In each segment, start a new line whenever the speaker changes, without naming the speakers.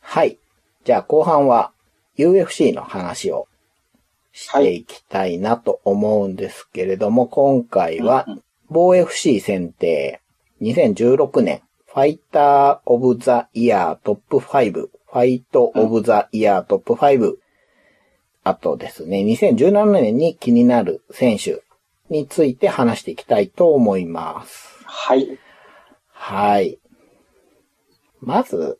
はい。じゃあ後半は UFC の話をしていきたいなと思うんですけれども、今回は
うんうん
某 FC 選定2016年ファイターオブザイヤートップ5、ファイトオブザイヤートップ5、あとですね、2017年に気になる選手について話していきたいと思います。
はい。
はい。まず、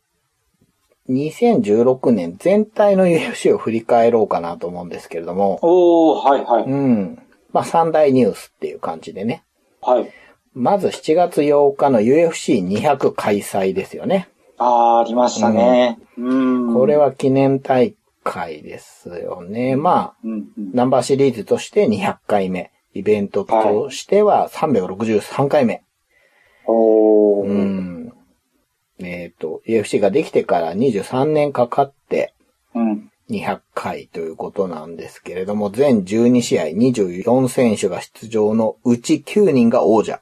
2016年全体の UFC を振り返ろうかなと思うんですけれども、
おー、はい、は
う
い。
ん。まあ、三大ニュースっていう感じでね。
はい。
まず7月8日の UFC200 開催ですよね。
あー、ありましたね。うん。
これ。は記念大会ですよね。まあ、
うん、うん。
ナンバーシリーズとして200回目。イベントとしては363回目。
おー。
うん。えっ、と、UFC ができてから23年かかって
うん。
200回ということなんですけれども、全12試合24選手が出場のうち9人が王者。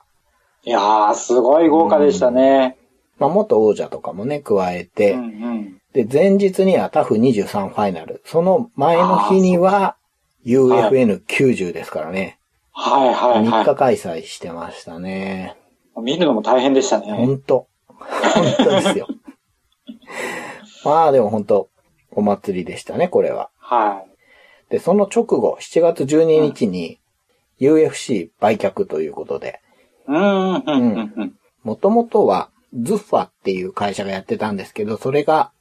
いやー、すごい豪華でしたね。
まあ、元王者とかもね、加えて、
うん、うん。
で、前日にはタフ23ファイナル。その前の日には UFN90 ですからね。
はい、はい、
3日
は
開催してましたね。
い。見るのも大変でしたね。
本当本当です よ。まあでも本当お祭りでしたね、これは。
は
で、その直後、7月12日に UFC 売却ということで、
い。うん、うん、うん、うん。
もともとはズッファっていう会社がやってたんですけど、それが、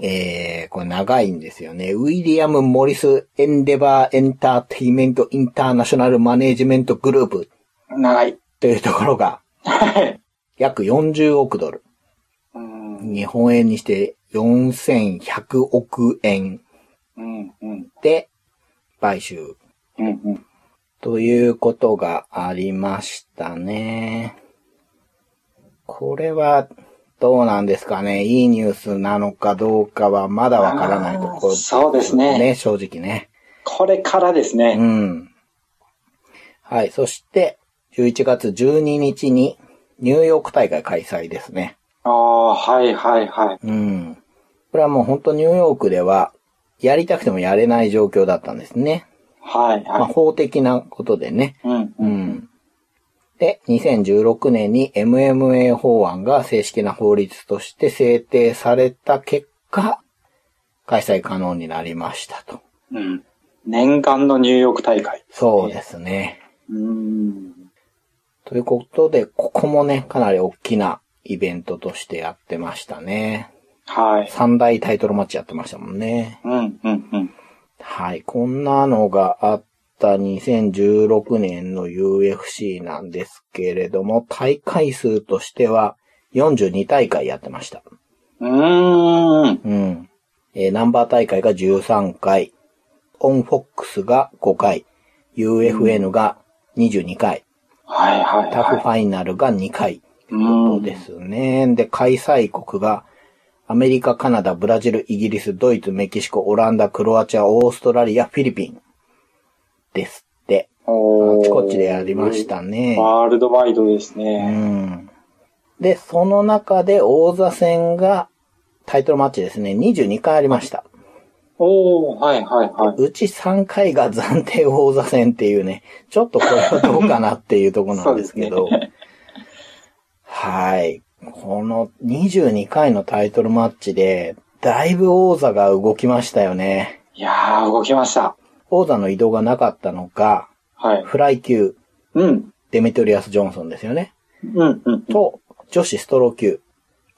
えー、これ長いんですよね。ウィリアム・モリス・エンデバー・エンターテイメント・インターナショナル・マネージメント・グループ
長い。
というところが、
はい。
約40億ドル。
うん、
日本円にして4100億円
うん、うん、
で買収
うん、うん。
ということがありましたね。これはどうなんですかね。いいニュースなのかどうかはまだわからないところ
あーそうですね
ね、正直ね。
これからですね。
うん。はい。そして、11月12日にニューヨーク大会開催ですね。
ああ、はい、はい、はい。
うん。これはもう本当ニューヨークでは、やりたくてもやれない状況だったんですね。
はい、
まあ、
はい。
法的なことでね。
うん、
う
うん。
ん。で、2016年に MMA 法案が正式な法律として制定された結果、開催可能になりましたと。
うん。念願のニューヨーク大会。
そうですね。
うん。
ということで、ここもね、かなり大きなイベントとしてやってましたね。
はい。
三大タイトルマッチやってましたもんね。
うん、うん、うん。
はい、こんなのがあった2016年の UFC なんですけれども、大会数としては42大会やってました。
うーん。
うん。えーナンバー大会が13回、オンフォックスが5回、UFN が22回、
はいはい
タフフ
は
ァイナルが2回、
い。
そ
うん
うですね。で、開催国が、アメリカ、カナダ、ブラジル、イギリス、ドイツ、メキシコ、オランダ、クロアチア、オーストラリア、フィリピン。ですって。あ
おー
ちこちでやりましたね。
ワールドワイドです
う
ね。
ん。で、その中で王座戦がタイトルマッチですね。22回ありました。
おー、はいはいは
うち3回が暫定王座戦っていうね、ちょっとこれはどうかなっていうところなんですけど。
そうです
はい。この22回のタイトルマッチで、だいぶ王座が動きましたよね。
い。いやー、動きました。
王座の移動がなかったのか、
はい。
フライ級、
うん。
デメトリアス・ジョンソンですよね。
うん、うん。
と、女子ストロー級、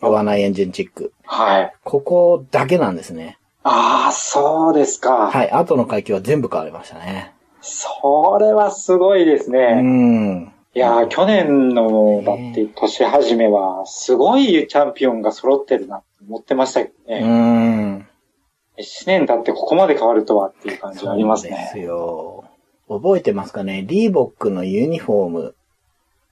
ヨワナイ・エンジンチック。
はい。
ここだけなんですね。
あー、そうですか。
はい。後の階級は全部変わりましたね。
それはすごいです
う
ね。
ん。
いやー、去年の、だっ
ね
て年始めは、すごいチャンピオンが揃ってるなって思ってましたけど
う
ね。
ん。
1年経ってここまで変わるとはっていう感じはあります
そうです
ね。
よ。覚えてますかねリーボックのユニフォーム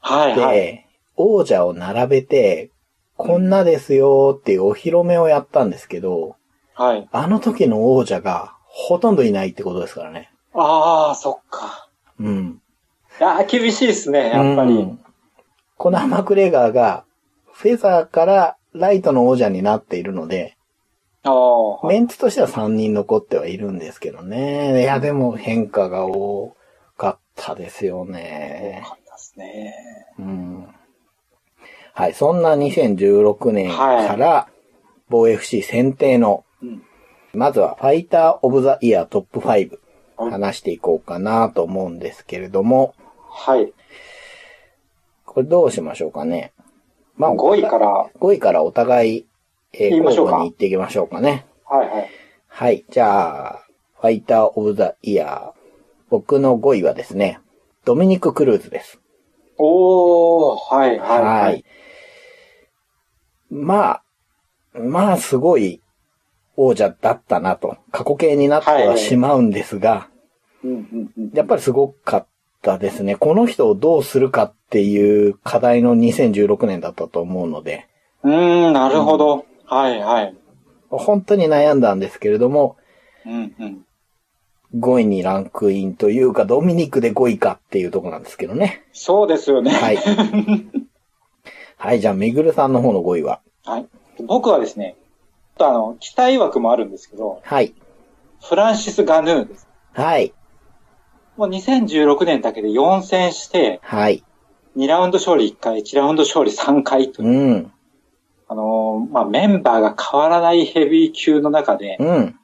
はい
で、
はい。
王者を並べて、こんなですよっていうお披露目をやったんですけど、
はい。
あの時の王者がほとんどいないってことですからね。
あー、そっか。
うん。
いやー、厳しいですね、やっぱ
う
り。
んこのマクレガーが、フェザーからライトの王者になっているので、
ああ、はい。
メンツとしては3人残ってはいるんですけどね。いや、でも変化が多かったですよ
多
ね。
かったですね。
うん。はい、そんな2016年から、防衛 FC 選定の、
うん。
まずはファイターオブザイヤートップ5、
はい
話していこうかなと思うんですけれども、
はい。
これどうしましょうかね。まあ、
5位から、は
5位からお互い、えー、
言いましょ
交
うか
互に行っていきましょうかね。
いはい。
はい。じゃあ、ファイター・オブ・ザ・イヤー。僕の5位はですね、ドミニク・クルーズです。
おー、はいはいはい。
まあ、まあ、すごい王者だったなと、過去形になってはしまうんですが、
うんうんうん。
やっぱりすごかったですね。この人をどうするかっていう課題の2016年だったと思うので、
うーん、なるほど。はいはい。
本当に悩んだんですけれども、
うんうん。
5位にランクインというか、ドミニクで5位かっていうところなんですけどね。
そうですよね。
はい。はい、じゃあ、めぐるさんの方の5位は。
はい。僕はですね、ちょっとあの、期待枠もあるんですけど、
はい。
フランシス・ガヌーです。
はい。
もう2016年だけで4戦して、
はい。
2ラウンド勝利1回、1ラウンド勝利3回という、
うん。
あのーまあ、メンバーが変わらないヘビー級の中で、
うん。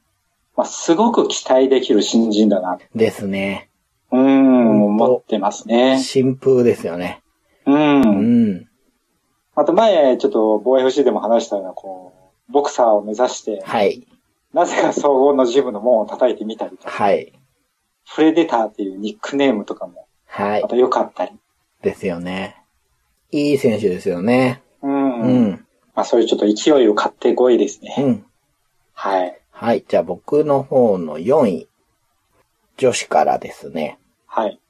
まあ、すごく期待できる新人だな、
ですね。
うーん、
本当
思ってますね。
新風ですよね。
う。
うんん。
あと前、ちょっと防衛 FC でも話したような、こう、ボクサーを目指して、
はい。
なぜか総合のジムの門を叩いてみたりとか、
はい。
プレデターっていうニックネームとかも、
はい
ま。た良かったり。
ですよね。いい選手ですよね。
う。
うんん。
まあそういうちょっと勢いを買って5位です
う
ね。
ん。
はい。
はい。じゃあ、僕の方の4位。女子からですね。
はい。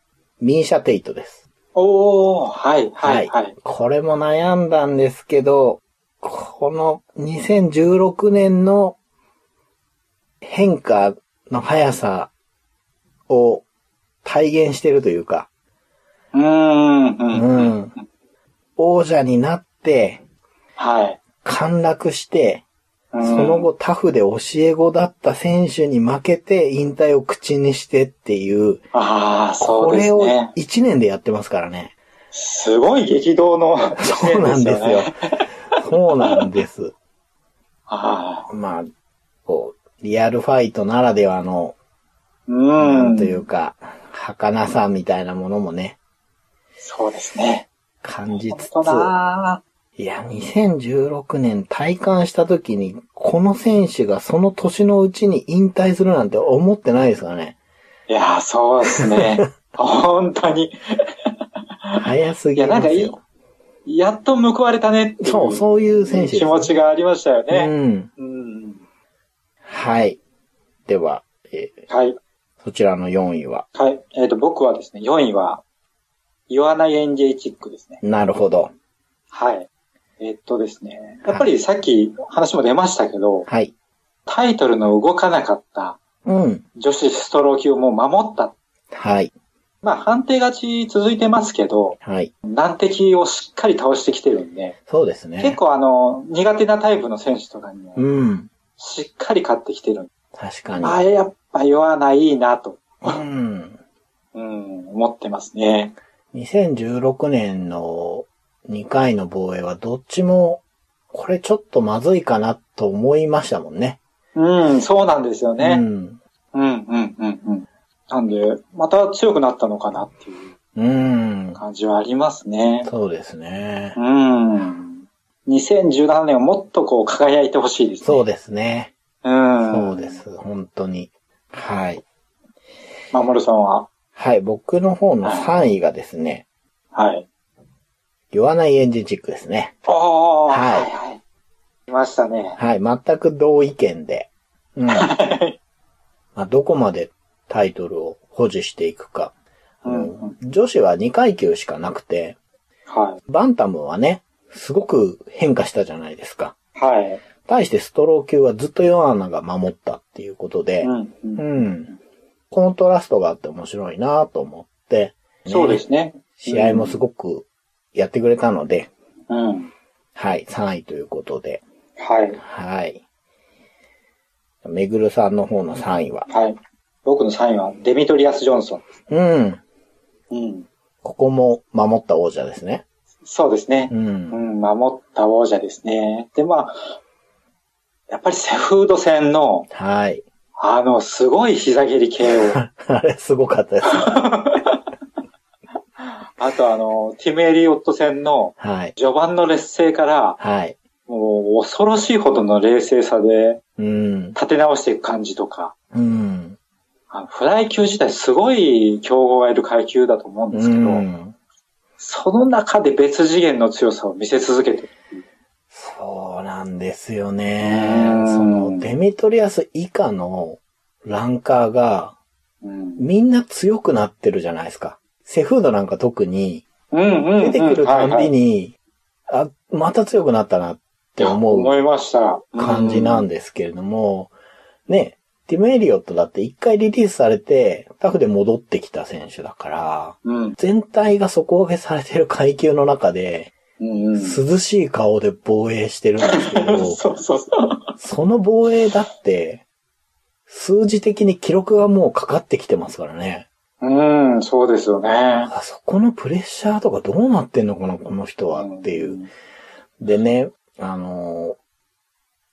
ミーシャ・テイトです。
おー、はい、はい、はい。
これも悩んだんですけど、この2016年の変化の速さを体現してるというか、
うーん、うん
う
うん。
ん。王者になって、
はい。
陥落して、
そ
その後タフで教え子だった選手に負けて引退を口にしてっていう、
ああ、そ
こ
うで
れ
す
を
ね。
1年でやってますからね。
すごい激動の
そうなんですよ
ね。。
そうなんです。
ああ、
まあ、こう、リアルファイトならではの、
う。
なんんというか、儚さみたいなものもね、
そうですね。
感じつつ、
本当だ
いや、2016年体感した時に、この選手がその年のうちに引退するなんて思ってないですからね。
ー。いやー、そうで すね。本当に。
早すぎ
いやな
ま
んか
す
いい
よ。
やっと報われたねっていう。
そう、そういう選手です
気持ちがありましたよね。
うん。
うん。
はい。では、え
はい。
ーそちらの4位は。
はい。えっ、と、僕はですね、4位は、イワナ・エンジェイチックですね。
なるほど。
はい。えっ、とですね、やっぱりさっき話も出ましたけど、
はい。
タイトルの動かなかった
うん。
女子ストロー級をもう守った。
はい。
まあ、判定勝ち続いてますけど、
はい。
難敵をしっかり倒してきてるんで、
そうですね。
結。構あの、苦手なタイプの選手とかにも、
うん。
しっかり勝ってきてるんで、
確か
ああ、やっぱ弱ないいなと、
に。うん。
うん、思ってますね。
2016年の2回の防衛はどっちも、これちょっとまずいかなと思いましたもんね。
うん、そうなんですよ
う
ね。
ん。
うん、うん、うん、うん。なんで、また強くなったのかなっていう
うん。
感じはありますね。
そうですね
う。ん。2017年をもっとこう輝いてほしいですね。
そう
で
ですね。
す。うん。
そうで。す。本当に。はい。
まもるさんは、
はい。僕の方の3位がですね、
はい。
言わないエンジンチックですね。
おー、
はい
はい、はい。いましたね。
はい。全く同意見で。うん。ま
はい。
あ、どこまでタイトルを保持していくか。あの
うんう
女子は2階級しかなくて、
は
バンタムはね、すごく変化したじゃないですか。
い。はい。
対してストロー級はずっとヨアナが守ったっていうことで
う、ん、うん
うん。コントラストがあって面白いなと思って、ね
そうですね。
試合もすごくやってくれたので、
うん。
はい、3位ということで、
はい。
はい。めぐるさんの方の3位は。
はい。僕の3位はデミトリアス・ジョンソン。
うん。
うん。
ここも守った王者ですね。
そうですね。
う。
うんん、守った王者ですね。で、まあ、やっぱりセフード戦の、
はい。
あの、すごい膝蹴り KO。
あれ、すごかったです。
あと、あの、ティム・エリオット戦の、
はい。
序盤の劣勢から、
はい。
もう恐ろしいほどの冷静さで
うん。
立て直していく感じとか、
うん。
あのフライ級自体すごい競合がいる階級だと思うんです
う
けど、
ん。
その中で別次元の強さを見せ続けてる
そうなんですよね
う。ん
その、デミトリアス以下のランカーが、
うん
みんな強くなってるじゃないですか。セフードなんか特に、
うんうん
出
うん
てくるたん
はい
び
はい
に、あ、また強くなったなって思う
思いました。
感じなん
で。
ですけれども、ね、ティム・エリオットだって一回リリースされて、タフで戻ってきた選手だから、
うん。
全体が底上げされてる階級の中で、
うんうん。
涼しい顔で防衛してるんですけど、
そうそうそう。
その防衛だって、数字的に記録がもうかかってきてますからね。
うん、そうですよね。
あそこのプレッシャーとかどうなってんのかな、この人はっていう。
ん。
でね、あの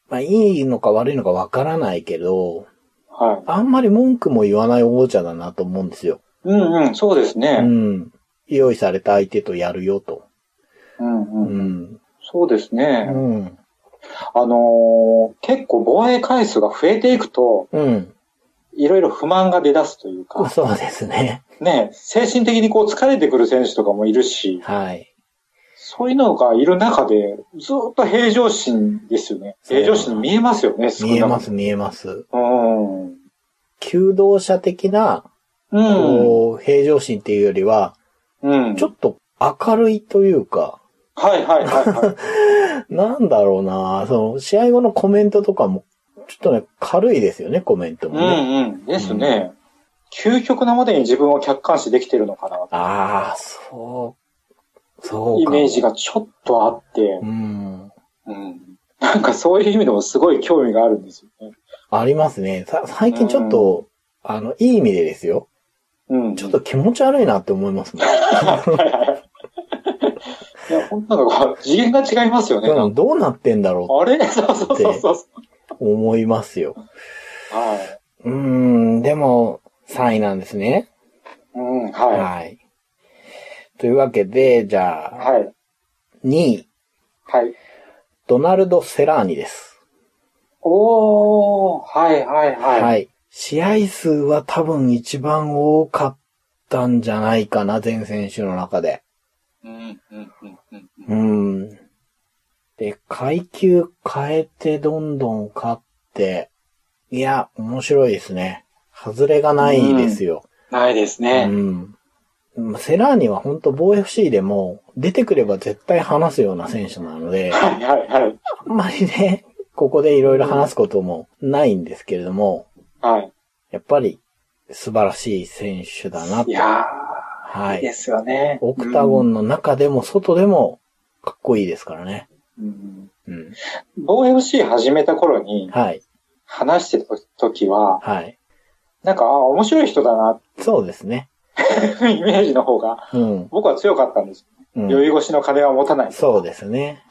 ーまあ、いいのか悪いのかわからないけど、
はい。
あんまり文句も言わない王者だなと思うんですよ。
うんうん、そうです
う
ね。
ん。用意された相手とやるよと。
うん
う
うん。
ん。
そうです
う
ね。
ん。
あのー結構防衛回数が増えていくと、
うん。
いろいろ不満が出だすというか、
そうですね。
ね、精神的にこう疲れてくる選手とかもいるし、
はい。
そういうのがいる中で、ずっと平常心ですよね。
そう
平常心に見えますよね、少なく
見え
とも
ます、見えます。
うん。うん。
求道者的な
うん。
こう、平常心っていうよりは、
うん。
ちょっと明るいというか、
はいはいはい はい。
なんだろうなその、試合後のコメントとかも、ちょっとね、軽いですよね、コメントも
う
ね。
んうん。ですね。究極なまでに自分を客観視できてるのかな。
ああ、そう、そう
イ
か。
メージ。がちょっとあって
う、ん。
うん。なんかそういう意味でもすごい興味があるんですよね。
ありますね。さ最近ちょっと、あの、いい意味でですよ。
うん。
ちょっと気持ち悪いなって思いますもん。
はいはい。いや、本当なんかこう次元が違いますよね。
どうどうなってんだろ
あれそうそうそうそうそう
と思いますよ。
う。はい。
うーん、でも、3位なんですね。
うん、は
はい。というわけで、じ
い。
ゃあ、
はい。
2位、
はい。
ドナルド・セラーニです。
おー、はいはいはい。、
はいい。試合数は多分一番多かったんじゃないかな、全選手の中で。
うん、うん、うん、うん。
うん。で、階級変えてどんどん勝って、いや、面白いですね。外れがないですよ。
ないです
う
ね。
ん。まあセラーニは本当防 FC でも出てくれば絶対話すような選手なの で、
はいはいはい。
あんまりね、ここでいろいろ話すこともないんですけれども、
はい。
やっぱり素晴らしい選手だなと
い。や
は
ー、いいで
い。
すよね。
オクタゴンの中でも外でもかっこいいですからね。
うん。うん
うん。
防衛 FC 始めた頃に
はい。
話してた時は、
はい。
なんか、あ面白い人だな、
そうですね。
イメージの方が、
うん。
僕は強かったんです。
うん
酔い越しの金は持たない。
そうですね。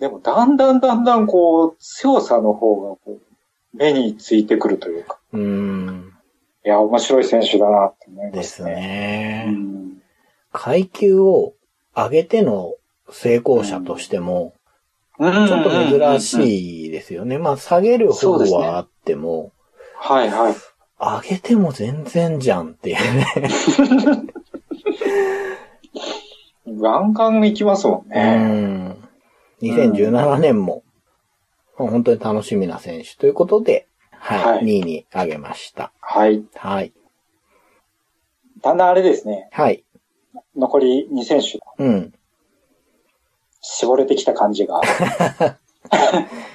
でも、だんだんだんだん、こう、強さの方が、こう、目についてくるというか、
うーん。
いや、面白い選手だな、って思いま
ですす
ね。う
ね。
ん。
階級を上げての成功者としても、
ちょ
ちょっと珍
い。
しいですよね。まあ下げる方
そうですね
はあっても、
はいはい。
上げても全然じゃんっていうね。
ガンガン行きますもん
う
ね。
ん。2017年も、もう本当に楽しみな選手ということで、はい、
はい
2位に上げました。
はい。
はい。
だんだんあれですね、
はい。
残り2選手、
うん。
絞れてきた感 じが、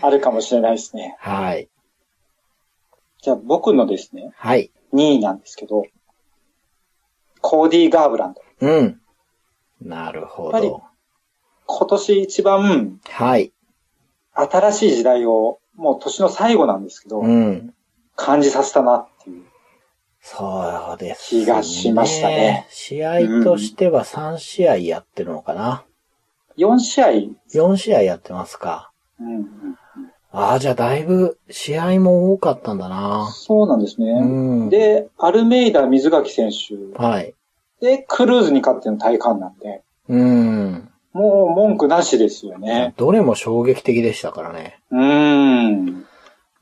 あるかもしれないですね。
はい。
じゃあ僕のですね、
はい。
2位なんですけど、コーディ・ガーブランド。
うん。なるほ
やっ
ど。
今年一番
はい。
新しい時代をもう年の最後なんですけど、
うん。
感じさせたなっていう。
そうです、
気がしましたね。
試合としては3試合やってるのかな、
4試合、
?4 試合やってますか。
うんうん、
ああ、じゃあだいぶ試合も多かったんだな。
そうなんですね。
うん。
で、アルメイダ、水垣選手。
はい。
で、クルーズに勝っての体感なんで、
うん。
もう文句なしですよね。
どれも衝撃的でしたからね。
うーん。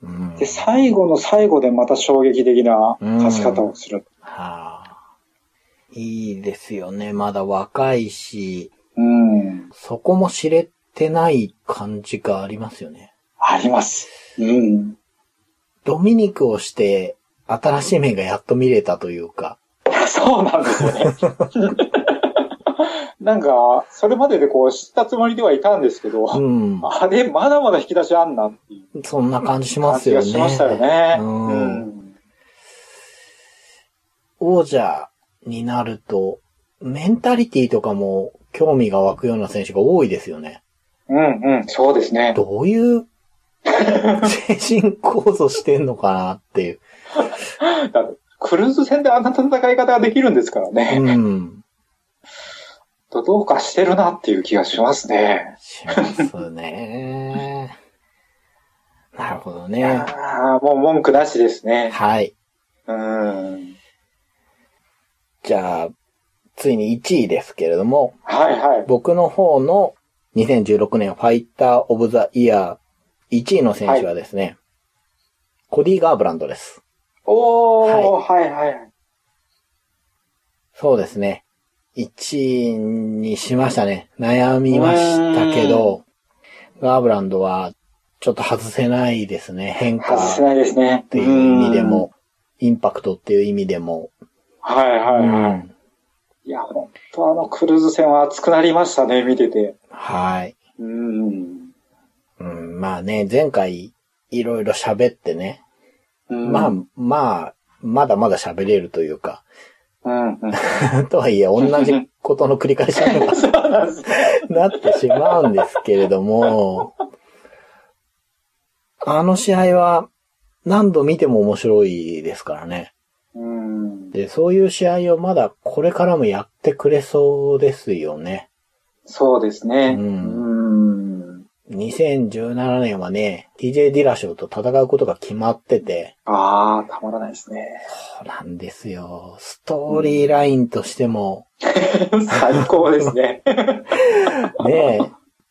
うん。
で、最後の最後でまた衝撃的な勝ち方をする。
はあ。いいですよね。まだ若いし、
うん。
そこも知れてない感じがありますよね。
あります。うん。
ドミニクをして、新しい面がやっと見れたというか。
そうなんですよね。 なんか、それまででこう知ったつもりではいたんですけど、
うん。
あれ、まだまだ引き出しあんなっていう
そんな感じしま
感
す
じ
よ
が
ね。
しましたよね。
うん
うん。
王者になると、メンタリティとかも興味が湧くような選手が多いですよね。
うんうん、そうですね。
どういう精神構造してんのかなっていう。
だってクルーズ船であんな戦い方ができるんですからね。
うん。
とどうかしてるなっていう気がしますね。
しますね。なるほど
い
ね
や。ーもう文句なしですね。
はい。
うん。
じゃあ、ついに1位ですけれども、
はいはい。
僕の方の2016年ファイター・オブ・ザ・イヤー1位の選手はですね、コディ・ガーブランドです。
おー、はい、はいはい
そうですね。1位にしましたね。悩みましたけど、ガーブランドはちょっと外せないですね。変化っ
外せないですね。って
いう意味で。も、インパクトっていう意味でも、
はいはいはい。
うん
いや、本当あのクルーズ船は熱くなりましたね、見てて。
はい。
うん。
うん、まあね、前回いろいろ喋ってね、
うん
まあ
うん、
まあ、まだまだ喋れるというか、
うん。
とはいえ、同じことの繰り返しには
そうなんですね。
なって しまうんですけれども、あの試合は何度見ても面白いですからね。
うん。
で、そういう試合をまだこれからもやってくれそうですよね。
そうですね。
う
うん。
2017年はね、TJ ディラショーと戦うことが決まってて、
ああ、たまらないですね。
そうなんですよ。ストーリーラインとしても、
最高ですね。
ねえ、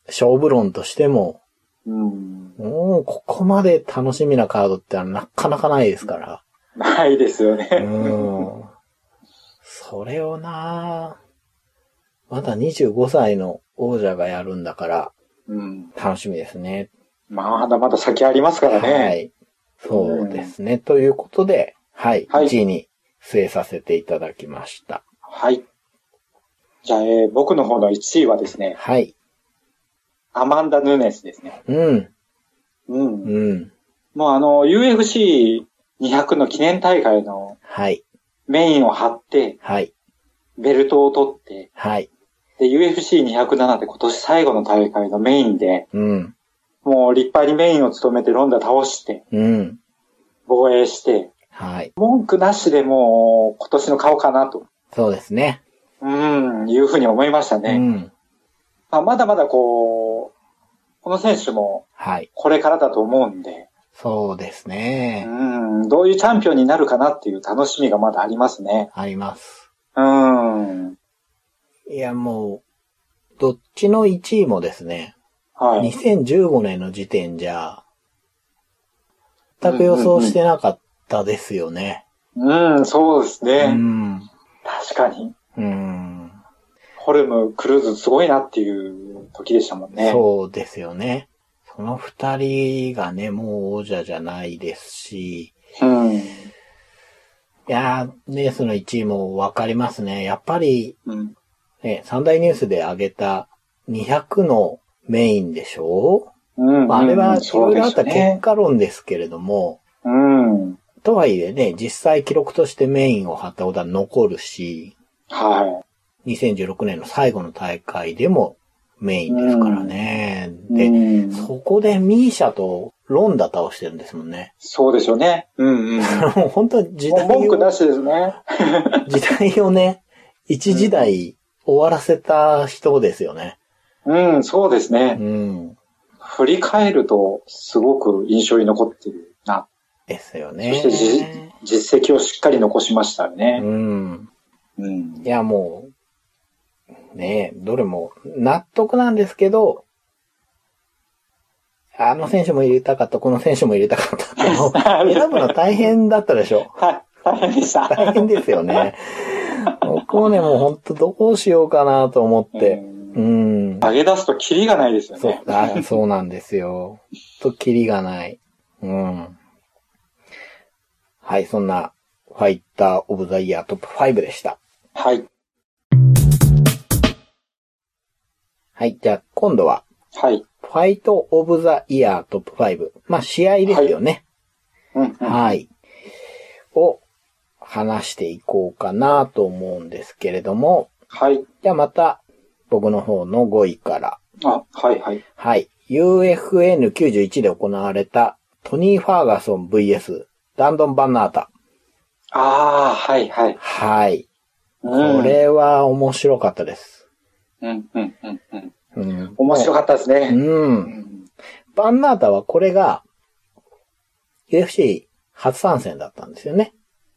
勝負論としても、
うん。
もうここまで楽しみなカードってのはなかなかないですから。
ないですよね。
うん。それをなまだ25歳の王者がやるんだから、
うん。
楽しみですね。
まだまだ先ありますからね。
はい。そうですね。ということで、はい。
はい
1位に据えさせていただきました。
はい。じゃあ、えー僕の方の1位はですね、
はい。
アマンダ・ヌネスですね。
うん。
うん。
うん。
もうあの、UFC200 の記念大会の
はい。
メインを張って、
はい。
ベルトを取って、
はい。
で、UFC207 で今年最後の大会のメインで、
うん。
もう立派にメインを務めてロンダ倒して、
うん。
防衛して、
はい。
文句なしでもう今年の顔かなと、
そうですね。
うん、いうふうに思いましたね。
うん。
まあ、まだまだこう、この選手も
はい。
これからだと思うんで、
そうですね。
うん、どういうチャンピオンになるかなっていう楽しみがまだありますね。
あります。
うん。
いや、もう、どっちの1位もですね、
はい。
2015年の時点じゃ、全く予想してなかったですよね。
うん、そうです
う
ね。
ん。
確かに。
うん。
ホルム、クルーズすごいなっていう時でしたもんね。
そうですよね。その二人がね、もう王者じゃないですし、
う。うん。
いやー、レースの1位もわかりますね。やっぱり、
うん。
ね、三大ニュースで挙げた200のメインでしょ
うん。
まあ、あれは
うん
いろいろあった
そうですよ
結
ね。
果論ですけれども、
うん。
とはいえね、実際記録としてメインを張ったことは残るし、
は
2016年の最後の大会でもメインですからね。
い。
で、
うん
そこでミーシャとロンダ倒してるんですもんね。
そうでしょうね。うんうん。
もう本当に時
も
代
う文句
を、
なしですね。
時代をね、一時代終わらせた人ですよね。
うん、そうですね。
うん。
振り返ると、すごく印象に残ってるな。
ですよ
そしてじ、
ね。
実績をしっかり残しましたよね。
うん。
うん
い。や、もう、ねえ、どれも納得なんですけど、あの選手も入れたかった、この選手も入れたかった ってもう選ぶの大変だったでしょ。
はい、大変でした。
大変ですよ ね。僕もね、もうほんとどうしようかなと思って。
うん
うん。
上げ出すとキリがないですよ
そう
ね。
あそうなんですよ。ほんと、キリがない。うん。はい、そんな、ファイター・オブ・ザ・イヤートップ5でした。
はい。
はい、じゃあ今度は、
はい。
ファイトオブザイヤートップ5。まあ、試合ですよね。
うんうん。
はい。を話していこうかなと思うんですけれども、
はい。
じゃあまた僕の方の5位から。
あ、はいはい。
はい。UFN91 で行われたトニー・ファーガソン VS ダンドン・バンナータ。
ああ、はいはい。
はい。
うん
こ。れは面白かったです。
うんうんうんうん。
うん。
面白かったです
う
ね。
ん
う。ん
バンナータはこれが UFC 初参戦だったんですよね。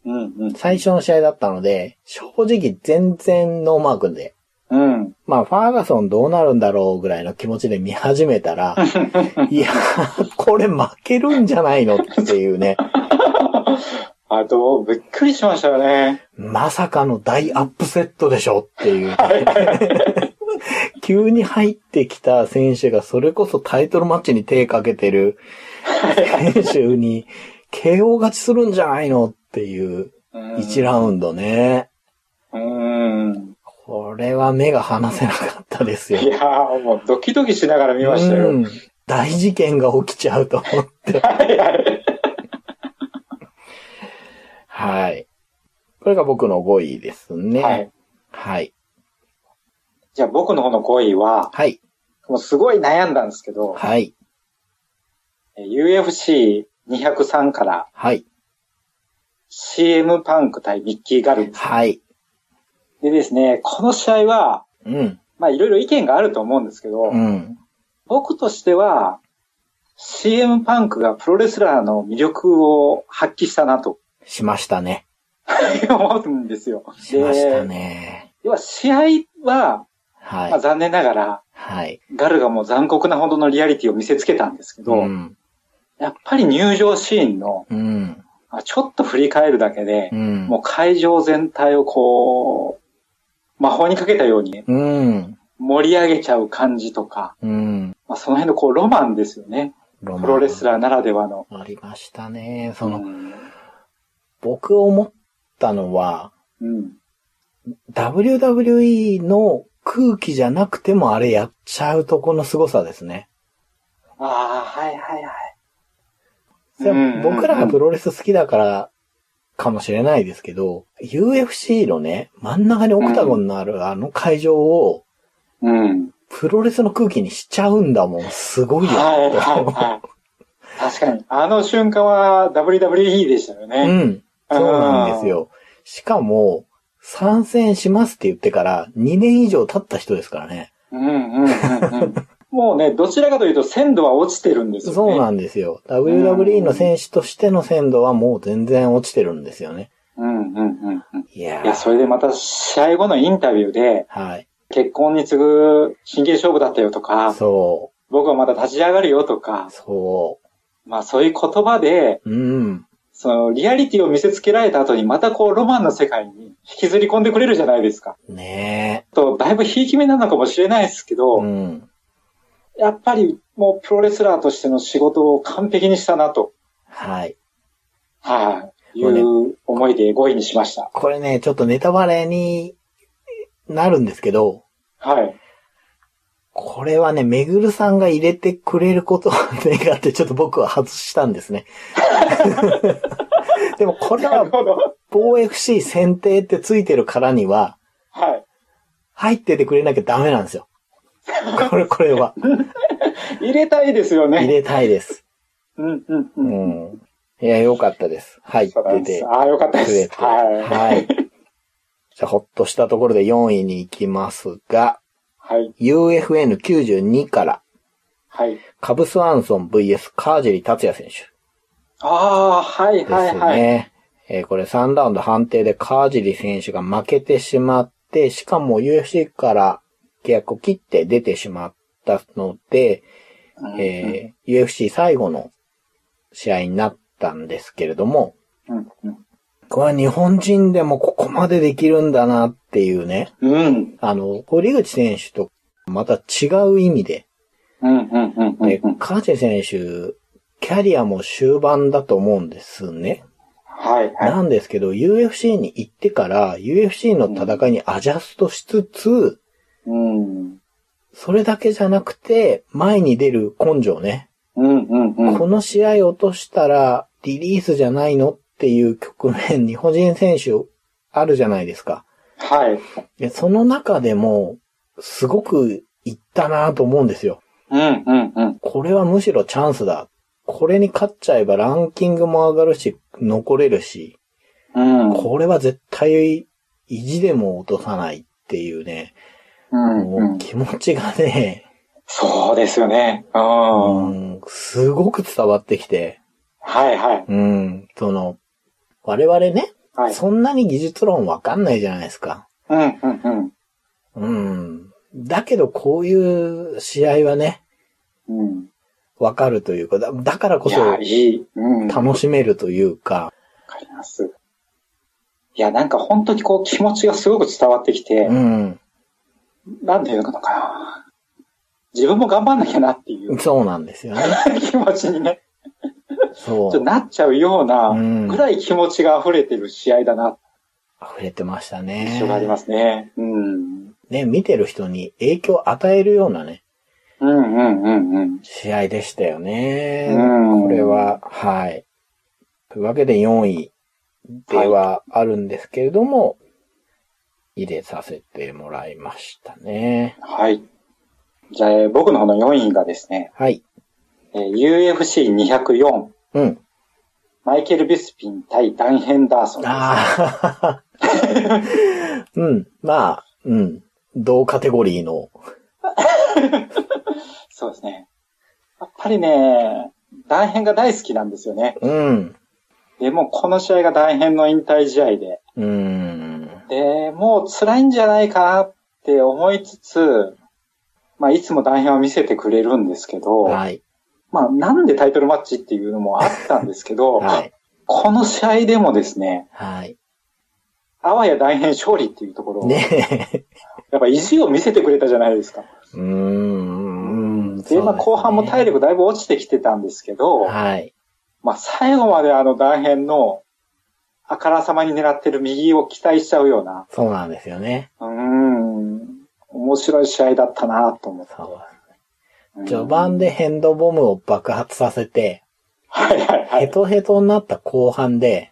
うんうん。
最初の試合だったので、正直全然ノーマークで、
うん。
まあファーガソンどうなるんだろうぐらいの気持ちで見始めた ら、いや、これ負けるんじゃないのっていうね、
あと、びっくりしましたよね。
まさかの大アップセットでしょっていう、
はいはい。
急に入ってきた選手がそれこそタイトルマッチに手かけてる選手に KO 勝ちするんじゃないのっていう
うん
1ラウンドね。
うん。
これは目が離せなかったですよ。
いやー、もうドキドキしながら見ました
う
よ。
ん大事件が起きちゃうと思って。
はいはい。
はい。これが僕の5位ですね。
はい。。
はい。
じゃあ僕の方の5位は、
はい。
もうすごい悩んだんですけど、
はい。
えー UFC203 から
はい。
CM パンク対ミッキー・ガルンです。
はい。
でですね、この試合は、
うん。
まあいろいろ意見があると思うんですけど、
うん。
僕としては、CM パンクがプロレスラーの魅力を発揮したなと
しましたね。
思うんですよ。
しました
で
ね。
要は試合は、
は
まあ、
い。
残念ながら、
はい。
ガルがもう残酷なほどのリアリティを見せつけたんですけど、
うん。
やっぱり入場シーンの、
うん。
あちょっと振り返るだけで
う、ん。
もう会場全体をこう、魔法にかけたように
うん。
盛り上げちゃう感じとか、
うん。
まあ、その辺のこうロマンですよね。
ロ
プロレスラーならではの。
ー。ありましたね。その、
うん
僕思ったのは、
うん。
WWE の空気じゃなくてもあれやっちゃうとこの凄さですね。
ああ、はいはいはい。
それは
うんうんうん
僕らがプロレス好きだからかもしれないですけど、UFC のね、真ん中にオクタゴンのあるあの会場を、
うん。
プロレスの空気にしちゃうんだもん。すごい
はい
よ。
はいはい。確かに。あの瞬間は WWE でしたよ
う
ね。
ん。そうなんですよ。しかも、参戦しますって言ってから2年以上経った人ですからね。
うんうんうんうん。もうね、どちらかというと鮮度は落ちてるんですよね。
そうなんんですよ。WWE の選手としての鮮度はもう全然落ちてるんですよね。
うんうんうんうん。
いや
いや、
ー。
それでまた試合後のインタビューで、
はい。
結婚に次ぐ真剣勝負だったよとか、
そ
僕はまた立ち上がるよとか
う。、そ
まあそういう言葉で、
う。うん。
そのリアリティを見せつけられた後にまたこうロマンの世界に引きずり込んでくれるじゃないですか。
ね
と、だいぶひいき目なのかもしれないですけ
え。
ど、
うん。
やっぱりもうプロレスラーとしての仕事を完璧にしたなと、
はい。
はい、い
もうね
う思いで5位にしました。
これね、ちょっとネタバレになるんですけど、
はい。
これはね、めぐるさんが入れてくれることを願って、ちょっと僕は外したんですね。 でもこれ
なる
は、
ほど。
防 FC 選定ってついてるからには、
はい。
入っててくれなきゃダメなんですよ。これ、これは。
入れたいですよ
入
ね。
れたいです。
うん、うん、
う
うん。
ん。いや、良かったです。入って
そうなんで
て
す。ああ、よかったで
くれ
す。
て。
はい。
はい。じゃあ、ほっとしたところで4位に行きますが、
はい。
UFN92 から、
はい。
カブスアンソン VS カージェリ達也選手。
ああ、はい、
で
はい、
す
はい。
ね。えーこれ3ラウンド判定でカージリ選手が負けてしまって、しかも UFC から契約を切って出てしまったので、えー UFC 最後の試合になったんですけれども、
うん、うん。
これは日本人でもここまでできるんだなっていうね、
うん、
あの、堀口選手とまた違う意味で、
うん、うん、うん、う
えー
ん。
カージリ選手、キャリアも終盤だと思うんですね。
はい、はい。
なんですけど、UFC に行ってから、UFC の戦いにアジャストしつつ、
うん。
それだけじゃなくて、前に出る根性ね。
うん、うん、うん。
この試合落としたら、リリースじゃないのっていう局面、日本人選手あるじゃないですか。
はい。
でその中でも、すごくいったなと思うんですよ。
うん、うん、うん。
これはむしろチャンスだ。これに勝っちゃえばランキングも上がるし、残れるし、
うん。
これは絶対意地でも落とさないっていうね、
うん、う。
もうん気持ちがね、
そうですよね。うん。は
うんすごく伝わってきて、
い、はい。
うん、その、我々ね、
はい。
そんなに技術論わかんないじゃないですか。
うん、うん、うん。
うん。だけどこういう試合はね、
うん。
わかるというか、だだからこ
いや、
そ
いい。うん。わ
楽しめるというか、
かります。いや、なんか本当にこう気持ちがすごく伝わってきて、
うん、
なんていうのかな。自分も頑張んなきゃなっていう
そうなんです よね。
気持ちにね、ち
そ
ょっと
う。
なっちゃうような
うん
ぐらい気持ちが溢れてる試合だな、
溢れてましたね。
印象がありますね。うん。
ね、見てる人に影響を与えるようなね、
うんうんうんうん。
試合でしたよね。
うん
これは、はい。というわけで4位ではあるんですけれども、入れさせてもらいましたね。
はい。じゃあ、えー僕の方の4位がですね、
はい。
えー UFC204、
うん。
マイケル・ビスピン対ダン・ヘンダーソンです。
ああ。 うん。まあ、うん。同カテゴリーの。
そうですね。やっぱりね、大変が大好きなんですよね。
うん。
で、もうこの試合が大変の引退試合で、
うん。
で、もう辛いんじゃないかなって思いつつ、まあ、いつも大変を見せてくれるんですけど、
はい。
まあ、なんでタイトルマッチっていうのもあったんですけど、
はい。
この試合でもですね、
はい。
あわや大変勝利っていうところを、
ね え。
やっぱ意地を見せてくれたじゃないですか。
うーん。
で、まあ、後半も体
力。
力だいぶ落ちてきてたんですけど、
はい。
まあ、最後まであの大変の、あからさまに狙ってる右を期待しちゃうような、
そうなんですよね。
うーん、面白い試合だったなと思って。
そう。
うん
序盤でヘンドボムを爆発させて、
はいはいは
ヘ
い。
トヘトになった後半で、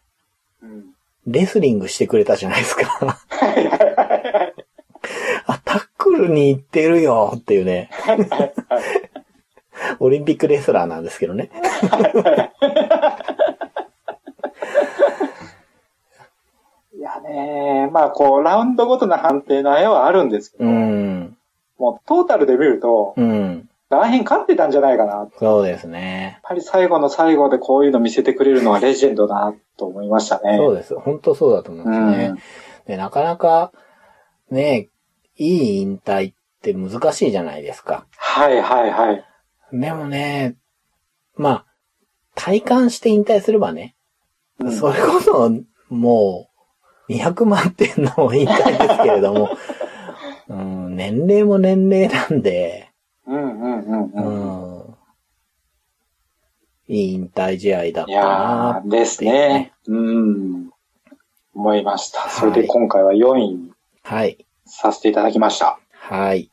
うん
レスリングしてくれたじゃないですか。
はいはいはいはい
あ、タックルに行ってるよっていうね。オリンピックレスラーなんですけどね。
いやねまあこう、ラウンドごとの判定の絵はあるんですけど、
うん。
もうトータルで見ると、
うん。
大変勝ってたんじゃないかな。やっ
そうですね。
ぱり最後の最後でこういうの見せてくれるのはレジェンドだなと思いましたね。
そうです。本当そうだと思うんですね。で、なかなか、ね、いい引退って難しいじゃないですか。
はいはいはい。
でもね、まあ、体感して引退すればね、
うん
それこそ、もう、200万点の引退ですけれども、 うん、年齢も年齢なんで、
うんうんうん
う
うん。
ん、いい引退試合だっ
い
た
や
な
ー、ですね。うん。思いました。それ
は
で
い
今回は4位に
はい。
させていただきました。
はい。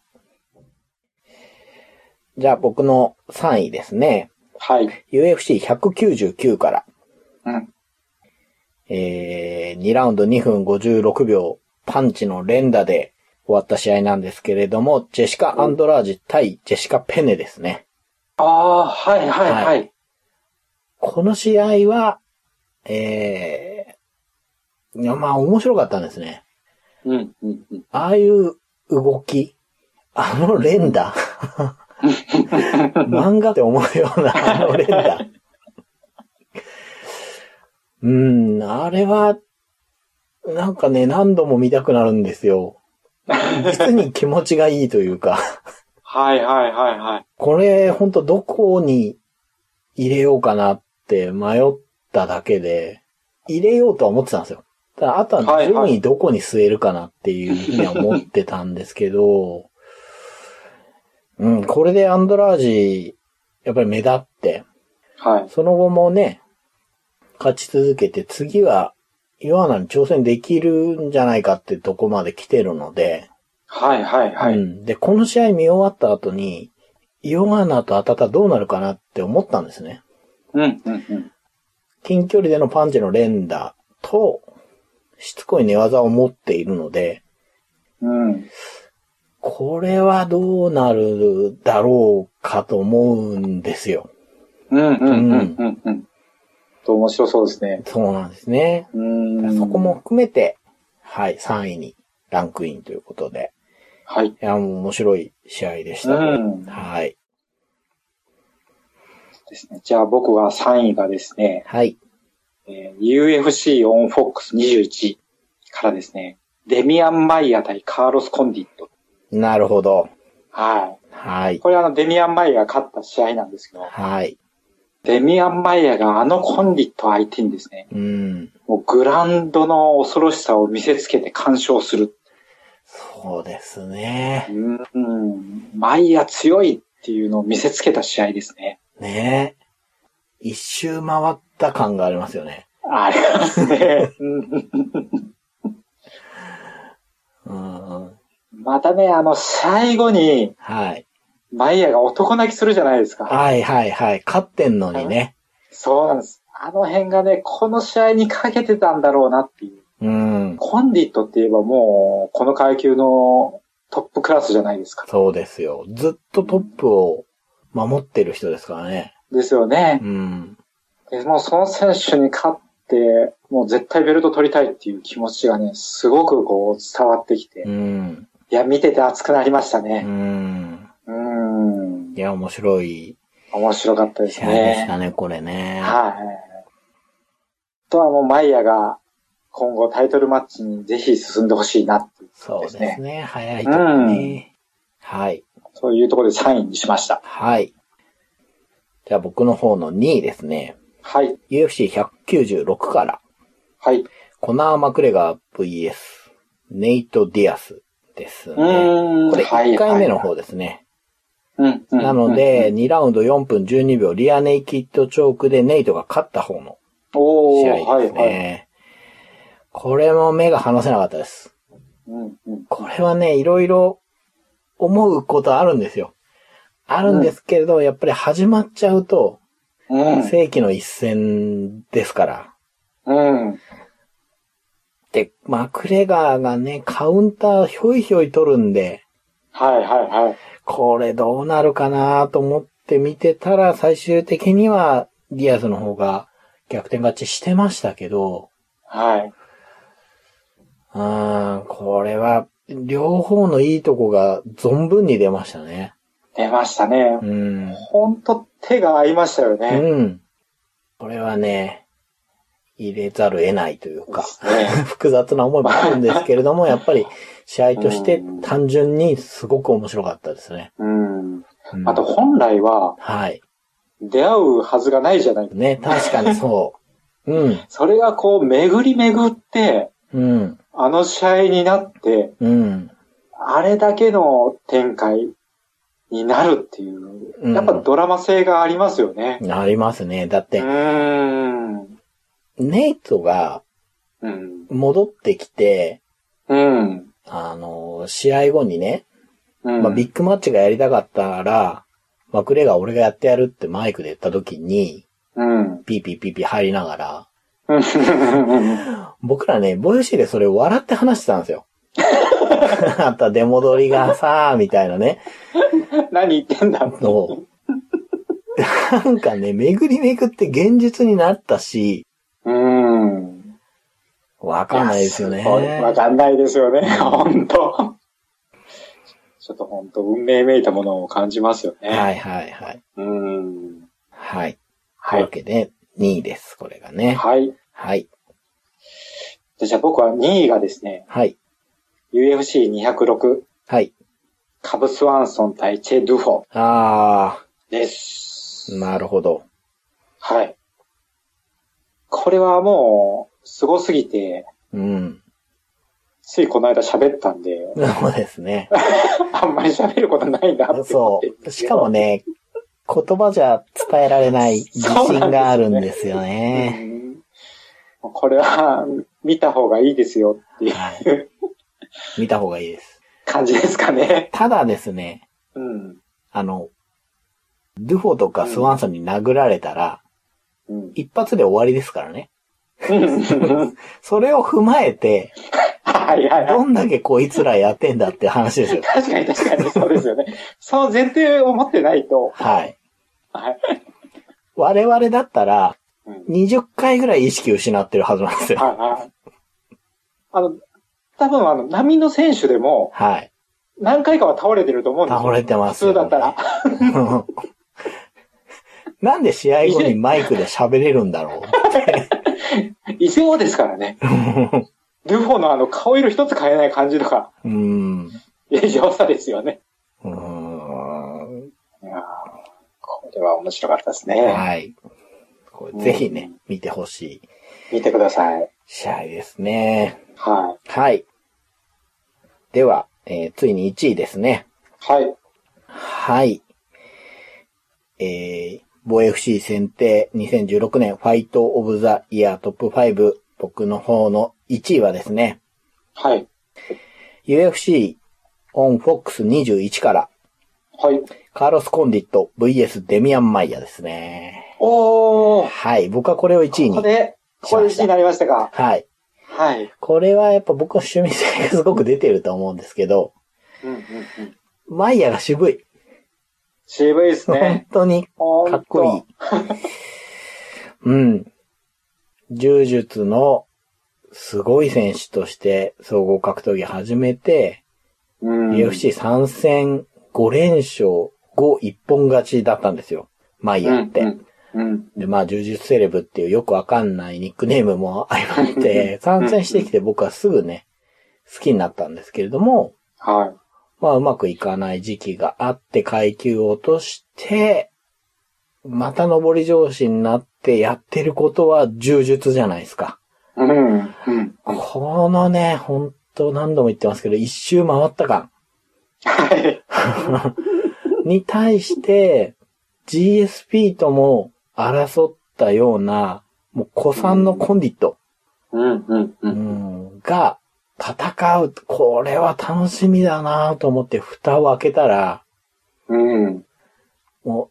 じゃあ僕の3位ですね。
はい。
UFC199 から、
うん。
えー、2ラウンド2分56秒、パンチの連打で終わった試合なんですけれども、ジェシカ・アンドラージ対ジェシカ・ペネですね。
ああ、はいはいはい。
この試合は、えー、いや、まあ面白かったんですね。
うん、うん、うん。
ああいう動き、あの連打。漫画って思うようなあの連打。うん、あれは、なんかね、何度も見たくなるんですよ。実に気持ちがいいというか、
はいはいはいはい。
これほんとどこに入れようかなって迷っただけで、入れようとは思ってたんですよ。ただあとは
はいは
順位
い
どこに据えるかなっていうふうには思ってたんですけど、 うん、これでアンドラージ、やっぱり目立って、
はい。
その後もね、勝ち続けて、次は、岩穴に挑戦できるんじゃないかってとこまで来てるので、
はいはいは
う
い。
んで、この試合見終わった後に、岩穴とアタタどうなるかなって思ったんですね。
うん、うん、うん。
近距離でのパンチの連打と、しつこい寝技を持っているので、
うん。
これはどうなるだろうかと思うんですよ。
うん、うん、うん、うん、うん。と、面白そうですね。
そうなんですね。
うーん。
そこも。含めて、はい、3位にランクインということで。
はい。
いや、もう面白い試合でし
う
たね。
ん。
はい。
ですね。じゃあ僕は3位がですね、
はい。
えー UFC オンフォックス21からですね、デミアン・マイヤ対カーロス・コンディット。
なるほど。
は。
はいい。
これあの、デミアン・マイヤが勝った試合なんですけど、
はい。
デミアン・マイヤがあのコンディット相手にですね、
うん。
もうグラウンドの恐ろしさを見せつけて干渉する。
そうです
う
ね。
んうん、マイヤ強いっていうのを見せつけた試合ですね。
ねえ。一周回った感がありますよね。
あります ね。うん
うんうん。
またね、あの、最後に、
はい。
マイヤが男泣きするじゃないですか。
はいはいはい。勝ってんのにね。
そうなんです。あの辺がね、この試合にかけてたんだろうなっていう。
うん。
コンディットって言えばもう、この階級のトップクラスじゃないですか。
そうですよ。ずっとトップを守ってる人ですからね。
ですよね
う。ん。
でもうその選手に勝って、もう絶対ベルト取りたいっていう気持ちがね、すごくこう伝わってきて。
う
い
ん。
や、見てて熱くなりました
う
ね。
ん。
うーん。
いや、面白い
面白かったです
試合でし
ね。
たね、これね。
はい。あとはもうマイヤが今後タイトルマッチにぜひ進んでほしいなっていう
そうです
です
ね。早いとこね。はい。
そういうところで3位にしました。
はい。じゃあ僕の方の2位ですね。
はい。
UFC196 から、
はい。
コナー・マクレガー VS、ネイト・ディアスですね。
うーん
これ
はい
1回目の方ですね。
うん。うん
なの、で、2ラウンド4分12秒、リアネイキッドチョークでネイトが勝った方の
お
試
ー、
合
は
で
い
す
はい。
ね。これも目が離せなかったです。
うんうん
これはね、いろいろ思うことあるんですよ。あるんですけれど、やっぱり始まっちゃうと、
うん
世紀の一戦ですから。
うん。
で、マクレガーがね、カウンターひょいひょい取るんで、
はいはいはい。
これどうなるかなと思って見てたら、最終的にはディアスの方が逆転勝ちしてましたけど、
はい。
うーん、これは両方のいいとこが存分に出ましたね。
出ましたね
う。ん。
ほんと手が合いましたよね。
うん。これはね、入れざるを得ないというか、
ね
複雑な思いもあるんですけれど も、やっぱり試合として単純にすごく面白かったですね。
うん。
うん
あと本来は
はい。
出会うはずがないじゃない。
ね、確かにそう。うん、
それがこう巡り巡って、
うん、
あの試合になって、
うん。
あれだけの展開になるっていう
う、ん
やっぱドラマ性がありますよね。
ありますね。だっ
う
て、
ーん。
ネイトが
うん。
戻ってきて、
うん。
あの、試合後にね、
うん
まあ、ビッグマッチがやりたかったら、マクレが俺がやってやるってマイクで言った時に、
うん。
ピーピーピーピー入りながら、
うん
僕らね、ボイシーでそれ笑って話してたん ですよ。あった出戻りがさ、みたいなね。
何言ってんだ
のなんかね、巡り巡って現実になったし、
うん。
わかんないですよね。
ごいわかんないですよね、本当ちょっと本当運命めいたものを感じますよね。。
はいいはいはい。
うん。
はい。と
は
いうわ
い。
けで、2位です、これがね。
はい。
はい。
でじゃあ僕は2位がですね、
はい。
UFC206
はい。
カブスワンソン対チェ・ドゥフォ
あ
です。
ー、なるほど。
はい。これはもう、すごすぎて、
うん。
ついこの間喋ったんで、
そうです ね。
あんまり喋ることないなって思
そ
ってるん
う。
です
し
け
か
ど
も、ね、言葉じゃ伝えられない自信があるんですよね。
うんこれは見た方がいいですよっていう
はい。見た方がいいです。
感じですかね。
ただですね、
うん。
あの、ドゥフォとかスワンソンに殴られたら、
うん。
一発で終わりですからね。
はい
それを踏まえて、
はいは
ど
い。
んだけこいつらやってんだって話ですよ。
確かに確かにそうですよね。その前提を持ってないと。
はい。
はい。
我々だったら、
うん
20回ぐらい意識失ってるはずなんですよ。
はいはい。あの、多分あの、波の選手でも
はい。
何回かは倒れてると思うんですよ。
倒れてます
普
よ
通だったら。
なんで試合後にマイクで喋れるんだろ
異常ですからね。ルフォのあの、顔色一つ変えない感じとか、
う。うーん。
異常さですよね。
うーん。
いやーこれは面白かったですね。
はい。これぜひね、見てほしい
見てください。
試合ですね。
はい。
はい。では、えーついに1位ですね。
はい。
はい。えー、防衛 FC 選定2016年ファイトオブザイヤートップ5僕の方の1位はですね、
はい。
UFC オンフォックス21から
はい。
カーロス・コンディット VS デミアン・マイヤですね。
おー。
はい。僕はこれを1位
こ
に。
れ、ここで1位になりましたか。
はい。
はい。
これはやっぱ僕の趣味性がすごく出てると思うんですけど、
うんうんうん。
マイヤが渋い。
渋いです
本
ね。
当に
か
かっこいい。うん。柔術のすごい選手として総合格闘技始めて、
うん。
UFC 参戦5連勝5一本勝ちだったんですよ。マイヤーって。
うんうん。
で、まあ、柔術セレブっていうよくわかんないニックネームも相まって、参戦してきて僕はすぐね、好きになったんですけれども、
は
まあ、うまくいかない時期があって、階級を落として、また上り調子になってやってることは柔術じゃないですか。
い。うん。うん。
このね、ほんと何度も言ってますけど、一周回った感
はい。
に対して、GSP とも争ったような、もう古参のコンディット、
うんうんう。
うんん、が戦う。これは楽しみだなと思って蓋を開けたら、
うん。
もう、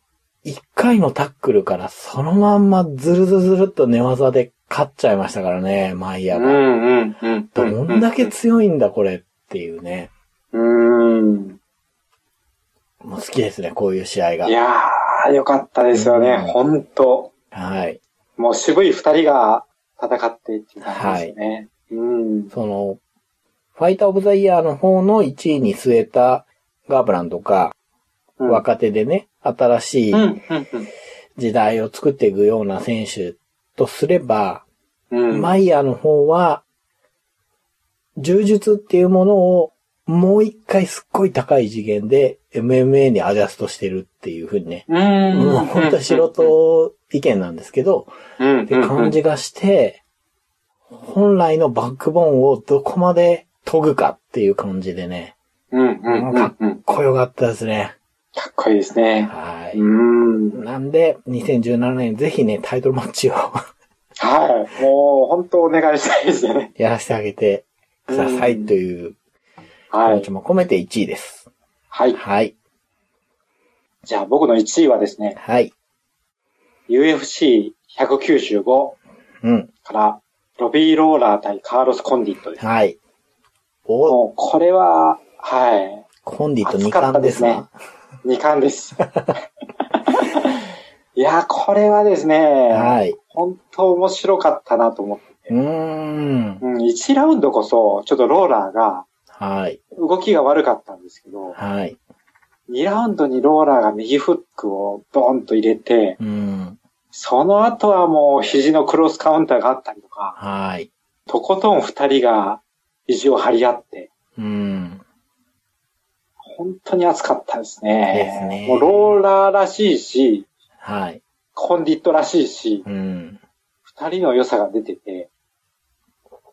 一回のタックルからそのまんまズルズルズルっと寝技で勝っちゃいましたからね、マイ
う
ヤーが。
んうんうん。
どんだけ強いんだ、これっていうね。
うん。
もう好きですね、こういう試合が
い。やー、よかったですよね。
うん
ほんと。
はい。
もう渋い二人が戦ってっていう感じですね。うん。
その、ファイターオブザイヤーの方の1位に据えたガーブランとか、
うん
若手でね、新しい
うんうんうん。
時代を作っていくような選手とすれば、
うん。
マイヤーの方は、柔術っていうものをもう一回すっごい高い次元で MMA にアジャストしてるっていう風にね。
うん。
もう本当素人意見なんですけど、
うん。
って感じがして、本来のバックボーンをどこまで研ぐかっていう感じでね、
うんうんうんうん。
こよかったですね。
かっこいいですね。
は
う
い。
ん。
なんで、2017年ぜひね、タイトルマッチを
はい。もう、本当お願いしたいですよね。
やらせてあげてくださいという気
は
持
い
ち。も込めて1位です。
はい。
はい。
じゃあ僕の1位はですね、
はい。
UFC195
うん。
から、ロビー・ローラー対カーロス・コンディットです。
はい。お、
もう、これは、は
コンディと2冠です
暑か
ね
っ。たい。2冠です。 いやー、これはですね、
はい。
本当面白かったなと思って。
うーん。
うん、1ラウンドこそ、ちょっとローラーが、
はい。
動きが悪かったんですけど、
はい。
2ラウンドにローラーが右フックをドーンと入れて、
うん。
その後はもう肘のクロスカウンターがあったりとか、
はい。
とことん2人が肘を張り合って、
うん。
本当に熱かったです
で
ね。
すね
もうローラーらしいし、
はい。
コンディットらしいし、
うん。
2人の良さが出てて、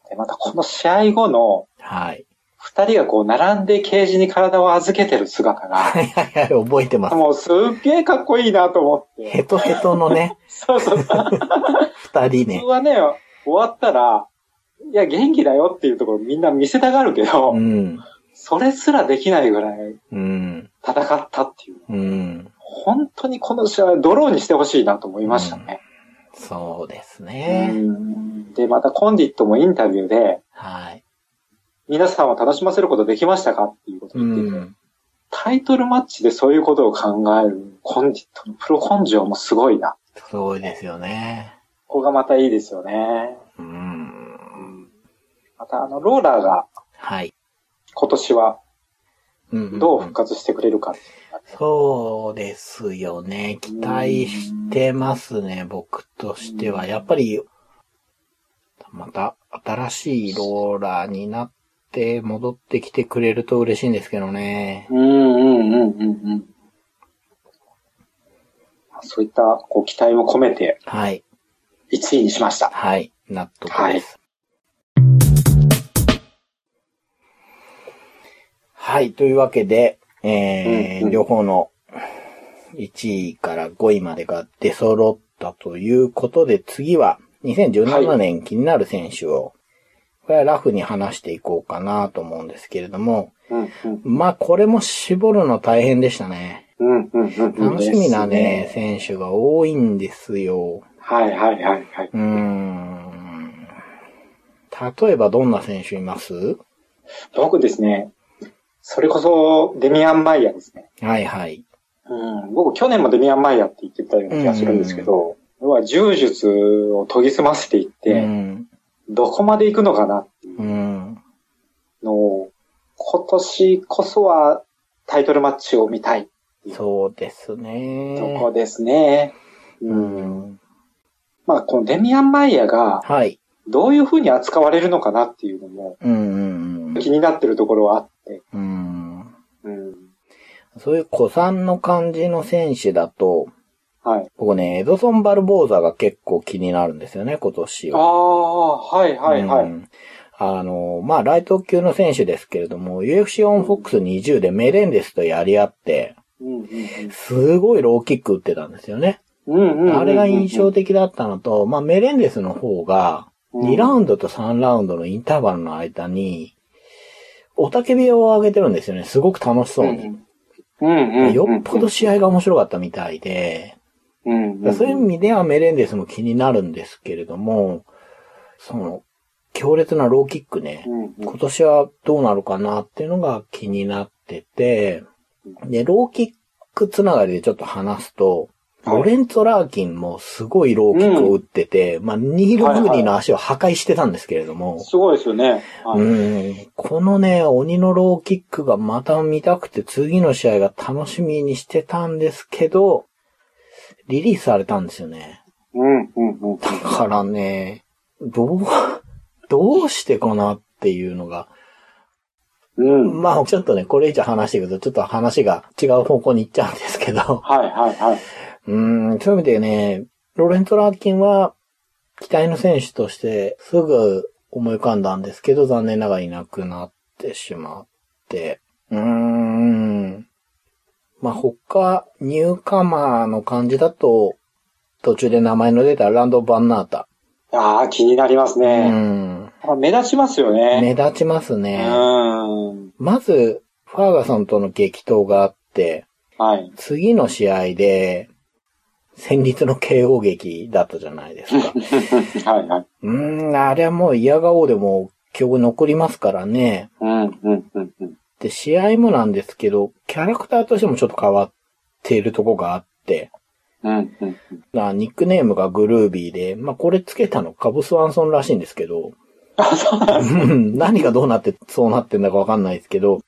でまたこの試合後の
はい。
2人がこう並んでケージに体を預けてる姿
は
が、
いはいはい、覚えてます。
もうすっげえかっこいいなと思って。
ヘトヘトのね、
そうそうそう。
二人
普
ね
通。はね、終わったら、いや、元気だよっていうところみんな見せたがるけど、
うん。
それすらできないぐらい
うん。
戦ったっていう。
うん。
本当にこの試合、ドローにしてほしいなと思いましたね。
そうです
う
ね。
んで、またコンディットもインタビューで、
はい。
皆さんを楽しませることできましたかっていうことを
う
言ってて、
ん。
タイトルマッチでそういうことを考えるコンディットのプロ根性もすごいな。
すごいですよね。
ここがまたいいですよね。
うん。
またあの、ローラーが
はい。
今年は
うんんん
どう復活してくれるか。
そうですよね。期待してますね、僕としては。やっぱり、また新しいローラーになって戻ってきてくれると嬉しいんですけどね。
うんうんうんうんうん。そういったこう期待も込めて
はい。
1位にしました。
はい。納得です。はい。というわけで、えー
うんうん
両方の1位から5位までが出揃ったということで、次は2017年気になる選手を、これはラフに話していこうかなと思うんですけれども、
うんうん
まあこれも絞るの大変でしたね。
うんうんうんうん。
楽しみなね
で、す。
選手が多いんですよ。
はいはいはいはい。
うーん。例えばどんな選手います
僕ですね、それこそデミアン・マイヤーですね。
はいはい。
うん、僕去年もデミアン・マイヤーって言ってたような気がするんですけど、要は柔術を研ぎ澄ませていっ
う
て、
ん。
どこまで行くのかなっていう
うん。
のを、今年こそはタイトルマッチを見たい
そうですね。
とこですね。
う
うん
ん。
まあ、このデミアン・マイヤーが
はい。
どういう風に扱われるのかなっていうのも
うんうんうん
気になってるところはあって。
うん。
うん。
そういう古参の感じの選手だと、
はい。
僕ね、エドソン・バルボーザが結構気になるんですよね、今年
あ
は。
あ、はいはいは
う
い。
んあの、まあ、ライト級の選手ですけれども、UFC オンフォックス20でメレンデスとやり合って、
うんうん
すごいローキック打ってたんですよね。
うんうんうんうん。
あれが印象的だったのと、まあ、メレンデスの方が、
うん
2ラウンドと3ラウンドのインターバルの間に、おたけびを上げてるんですよね。すごく楽しそうに。。
うんうんうん。
よっぽど試合が面白かったみたいで、
うんうんうん。
そういう意味ではメレンデスも気になるんですけれども、その、強烈なローキックね、
うんうん
今年はどうなるかなっていうのが気になってて、で、ローキックつながりでちょっと話すと、
はい
ロレンツォ・ラーキンもすごいローキックを打ってて、まあ、ニール・グーリーの足を破壊してたんですけれども、
すごいですよね。はい
うん、このね、鬼のローキックがまた見たくて、次の試合が楽しみにしてたんですけど、リリースされたんですよね。
うんうんうん。
だからね、どう、どうしてかなっていうのが、
うん。
まあちょっとね、これ以上話していくとちょっと話が違う方向に行っちゃうんですけど、
はいはいはい。
うん、そういう意味でね、ロレント・ラーキンは、期待の選手としてすぐ思い浮かんだんですけど、残念ながらいなくなってしまって。うーん。まあ、他、ニューカマーの感じだと、途中で名前の出たランド・バンナータ。
ああ、気になります
う
ね。
ん。
目立ちますよね。
目立ちます
う
ね。
ん。
まず、ファーガソンとの激闘があって、
はい。
次の試合で、戦慄の KO 劇だったじゃないです か。
はいはい。
うーん、あれはもう嫌顔でも記憶残りますからね。
うんうんうんうん。
で、試合もなんですけど、キャラクターとしてもちょっと変わっているとこがあって、
うん、うん、うん。
なニックネームがグルービーで、まあ、これつけたのカブスワンソンらしいんですけど、
あ、そうなんです。
うん何がどうなってそうなってんだかわかんないですけど、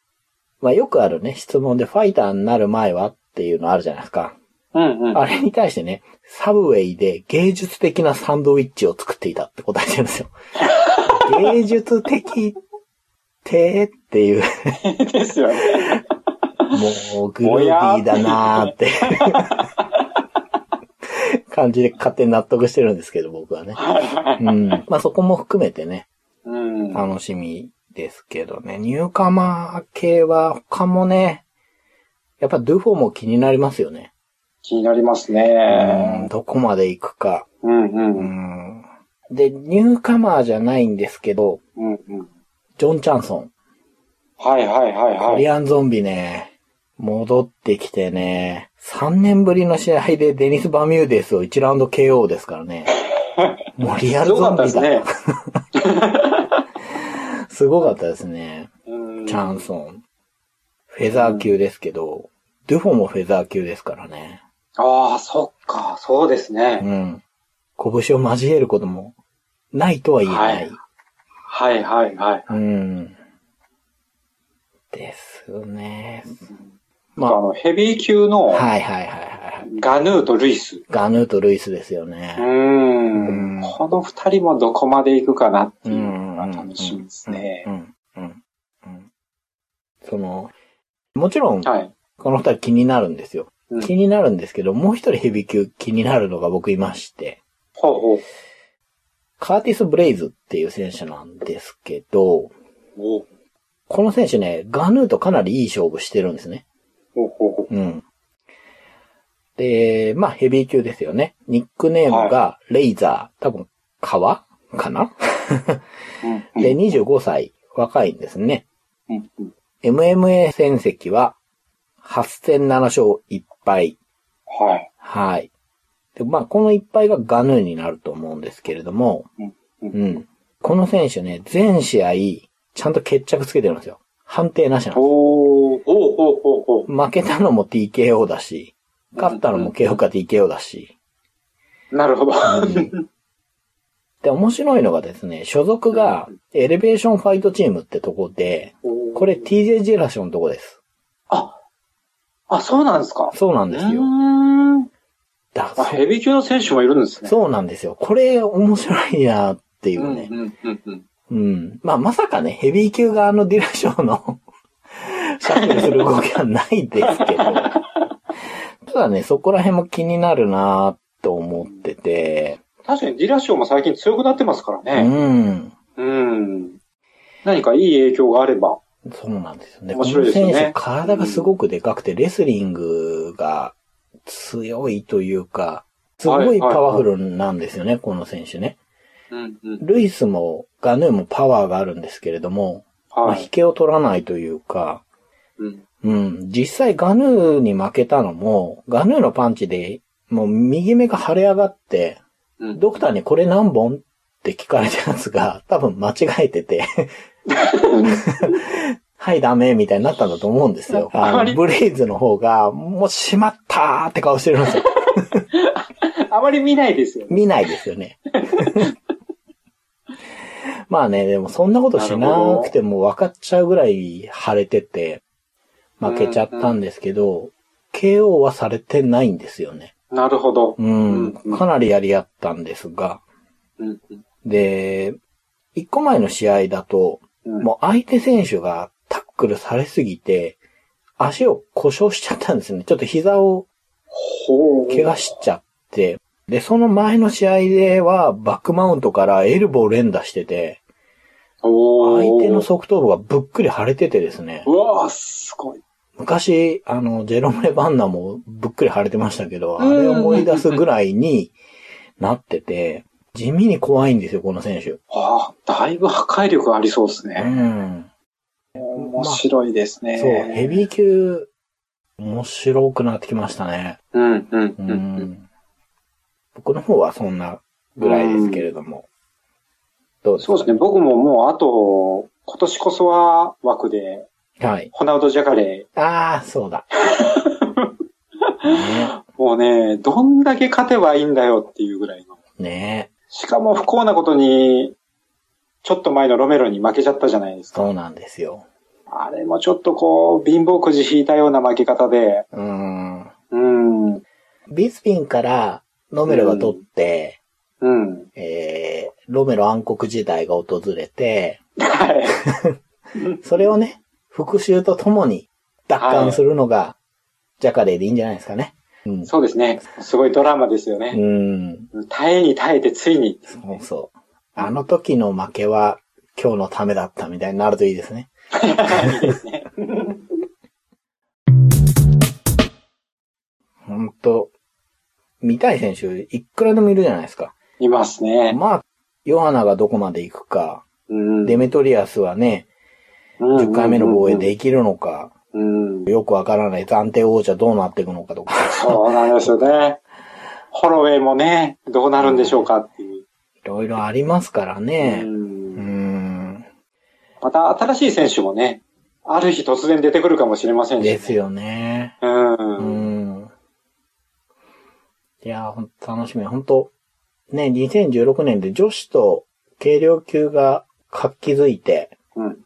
まあ、よくあるね、質問でファイターになる前はっていうのあるじゃないですか。
うん、う ん。
あれに対してね、サブウェイで芸術的なサンドイッチを作っていたって答えてるんです よ。芸術的ってっていう、
ですよね。
もうグルービーだなー って感じで勝手に納得してるんですけど、僕はね。うん。まあそこも含めてね、
うん。
楽しみですけどね。ニューカマー系は他もね、やっぱドゥフォーも気になりますよね。
気になります
うん
ね。
どこまで行くか。
うん、う、
うんんで、ニューカマーじゃないんですけど、
うん、うん。
ジョン・チャンソン、
はい、はい、はい、
コ
は
リ
い。
アンゾンビね、戻ってきてね、3年ぶりの試合でデニス・バミューデスを1ラウンド KO ですから ね。もうリア
す
ル
ご
ゾ
か
ン
った
ビ
ですね
だ。。 すごかったですね。
うん
チャンソン。フェザー級ですけど、ドゥフォもフェザー級ですからね。
ああ、そっか、そうですね。
うん。拳を交えることもないとは言えない。
はいはいはいはい。
うん。ですね。
あ、
ま
の、ヘビー級
あ、
の
はいはいはいはいはい。
ガヌーとルイス。
ガヌーとルイスですよ
うー
ね。うん
ん。この二人もどこまで行くかなって
う。
いうんのが楽しみですね
う。ん。うん。うん。その、もちろん、
はい。
この二人気になるんですよ。
うん
気になるんですけど、もう一人ヘビー級気になるのが僕いまして。
ほうほう。
カーティス・ブレイズっていう選手なんですけど、
おう
この選手ね、ガヌーとかなりいい勝負してるんですね。
ほうほうほう。
うん。で、まあヘビー級ですよね。ニックネームがレイザー、多分川かな
うんうん
で、25歳、若いんですね。
うんうん
MMA 戦績は8戦7勝1敗。
はい。
はい。で、まあこの1敗がガヌーになると思うんですけれども、
うんう
うん。この選手ね、全試合、ちゃんと決着つけてるんですよ。判定なしなんです。
おーほうほうほうほう。
負けたのも TKO だし、勝ったのも KO か TKO だし。
なるほど。
で、面白いのがですね、所属がエレベーションファイトチームってとこで、これ TJ ジェラションのとこです。
あ、あ、そうなんですか。
そうなん
う
です
ー
よ。
ん。
だ
あ、ヘ
そ
ビー級の選手もいるんですね。
そうなんですよ。これ面白いなっていううんね。
うんうんうん。
うん。まあ、まさかね、ヘビー級があのディラショーの シャッフルする動きはないです けど、ただね、そこら辺も気になるなと思ってて、
確かにディラシオも最近強くなってますから
う
ね。
ん。
うん。何かいい影響があれば。
そうなんですよね。
面白いです
こ
よ
の
ね
選手、体がすごくでかくて、レスリングが強いというか、すごいパワフルなんですよね、この選手ね。
うんうん。
ルイスもガヌーもパワーがあるんですけれども、まあ
は
引
い。
けを取らないというか、
うん
うん。実際ガヌーに負けたのも、ガヌーのパンチで、もう右目が腫れ上がって、
うん
ドクターにこれ何本って聞かれたやつが、 多分間違えて て、はいダメみたいになったんだと思うんですよ。
あま
あ
り
のブレイズの方が、もうしまったーって顔してるんですよ。
あまり見ないですよね。
見ないですよね。 まあね、でもそんなことしなくても分かっちゃうぐらい腫れてて、負けちゃったんですけど、KO はされてないんですよね。
なるほど。
うん。
うん
かなりやり合ったんですが、
うんうん
で、一個前の試合だと、
うん
もう相手選手がタックルされすぎて、足を故障しちゃったんですね。ちょっと膝を
ほう。
怪我しちゃって、で、その前の試合では、バックマウントからエルボー連打してて、
お
相
ー
手の側頭部がぶっくり腫れててですね
う、わぁ、すごい。
昔、あの、ジェロムレ・バンナもぶっくり腫れてましたけど、
う
あ
ん
れ思い出すぐらいになってて、地味に怖いんですよ、この選手。
ああ、だいぶ破壊力ありそうです
う
ね。
ん。
面白いですね。
そう、ヘビー級、面白くなってきましたね。
うん、うん、
う
うん。
ん。僕の方はそんなぐらいですけれども。どうです
そ
か
うですね。僕ももう、あと、今年こそは枠で、
はい。
ホナウド・ジャカレ
ああ、そうだ。ね
もうね、どんだけ勝てばいいんだよっていうぐらいの。
ねえ。
しかも不幸なことに、ちょっと前のロメロに負けちゃったじゃないですか。
そうなんですよ。
あれもちょっとこう、貧乏くじ引いたような負け方で、
うーん。
うん、
ビスピンからロメロが取って、
うん。
えー、ロメロ暗黒時代が訪れて、
はい。
それをね、復讐とともに奪還するのが、ジャカレーでいいんじゃないですかね。うん。
そうですね。すごいドラマですよね。
うん。
耐えに耐えてついに。
そうそう。あの時の負けは今日のためだったみたいになるといいですね。
いいですね。
ほんと、見たい選手いくらでもいるじゃないですか。
いますね。
まあ、ヨハナがどこまで行くか、
うん
デメトリアスはね、10
10
回目の防衛できるのか、
うん。
よくわからない暫定王者どうなっていくのかとか。
そうなんですよね。ホロウェイもね、どうなるんでしょうかっていう。
いろいろありますから
う
ね。うー
ん
ん。
また新しい選手もね、ある日突然出てくるかもしれませんし、ね。
ですよね。
う。
うんん。いやー、ほんと楽しみ。本当ね、2016年で女子と軽量級が活気づいて、
うん。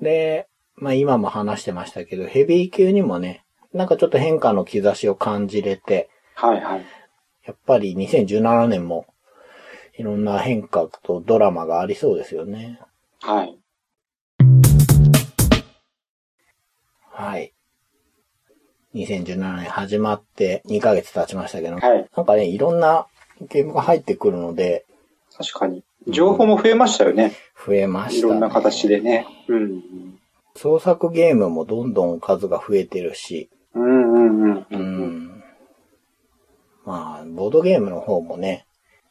で、まあ今も話してましたけど、ヘビー級にもね、なんかちょっと変化の兆しを感じれて、
はいはい。
やっぱり2017年もいろんな変化とドラマがありそうですよね。
はい。
はい。2017年始まって2ヶ月経ちましたけど、
はい。
なんかね、いろんなゲームが入ってくるので、
確かに。情報も増えましたよね。
増えま
い
した、ね。
ろんな形でね。うん。
創作ゲームもどんどん数が増えてるし、
うんうんう。
うんん。まあ、ボードゲームの方もね、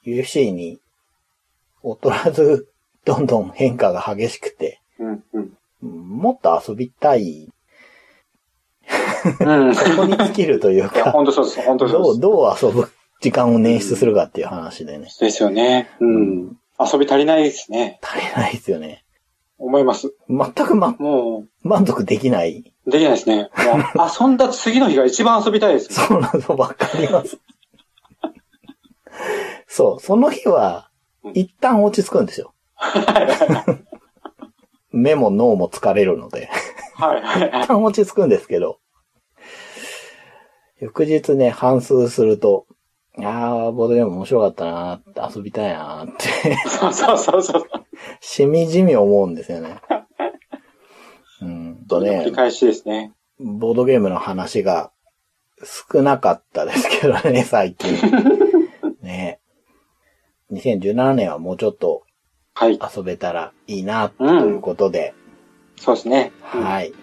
UFC に劣らず、どんどん変化が激しくて、
うんうん。
もっと遊びたい。
うん。
そこに尽きるという
いや、
か、
本当そうです。本当
ど、
そううで
どう遊ぶ時間を捻出するかっていう話でね、
す。ですよね。うん。遊び足りないですね。
足りないですよね。
思います。
全くま、
も
満足できない。
う、できないですね。 もう遊んだ次の日が一番遊びたいです。
そうなのわかります。そう、その日は、一旦落ち着くんですよ。目も脳も疲れるので、
はいはいはい
一。旦落ち着くんですけど、翌日ね、反数すると、ああ、ボードゲーム面白かったなー、遊びたいなーって、
そうそうそうそう。
しみじみ思うんですよ ね。うんと
繰
ね
り、返しですね。
ボードゲームの話が少なかったですけど ね、最近。ね。2017年はもうちょっと
はい。
遊べたらいいな、ということで、
そうですね。い。
はい。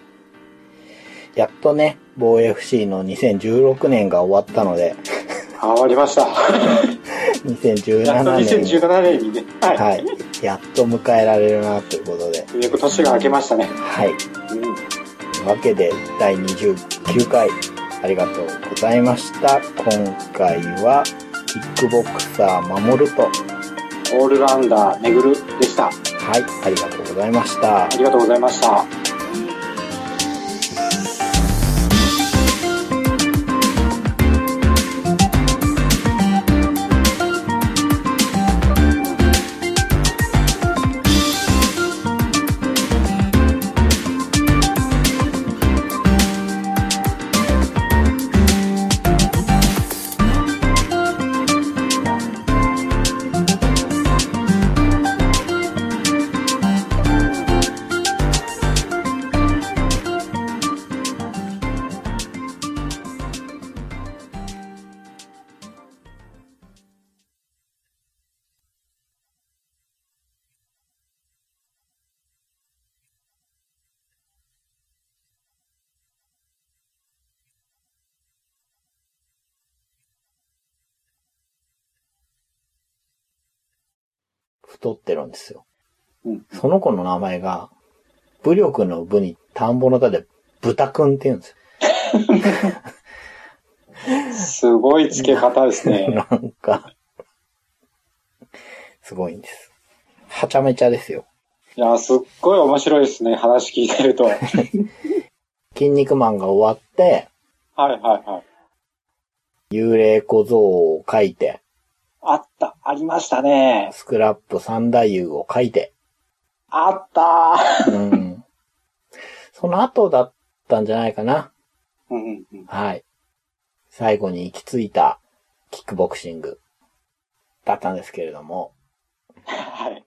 やっとね、防衛 FC の2016年が終わったので、
あ、終わりました。 やっと
2017年、
2017年にね。はい。
はい、やっと迎えられるな、ということで、
ということで年が明けましたね。
はい。
うん。
というわけで第29回ありがとうございました今回はキックボクサー守るとはい
オールラウンダー、めぐるでした。あ
ありがとうございました
りがとうございました。
太ってるんですよ
うん。
その子の名前が武力の部に田んぼの田で豚くんって言うんですよ
すごい付け方です ね。
なんかすごいんですはちゃめちゃですよ
いや、すっごい面白いですね。話聞いてると。はい
筋肉マンが終わって
はいはい。
幽霊小僧を書いて、
あった、ありましたね。
スクラップ三太夫を書いて、
あった
うん。その後だったんじゃないかな。
ー。うんうん
はい。最後に行き着いたキックボクシングだったんですけれども、
はい。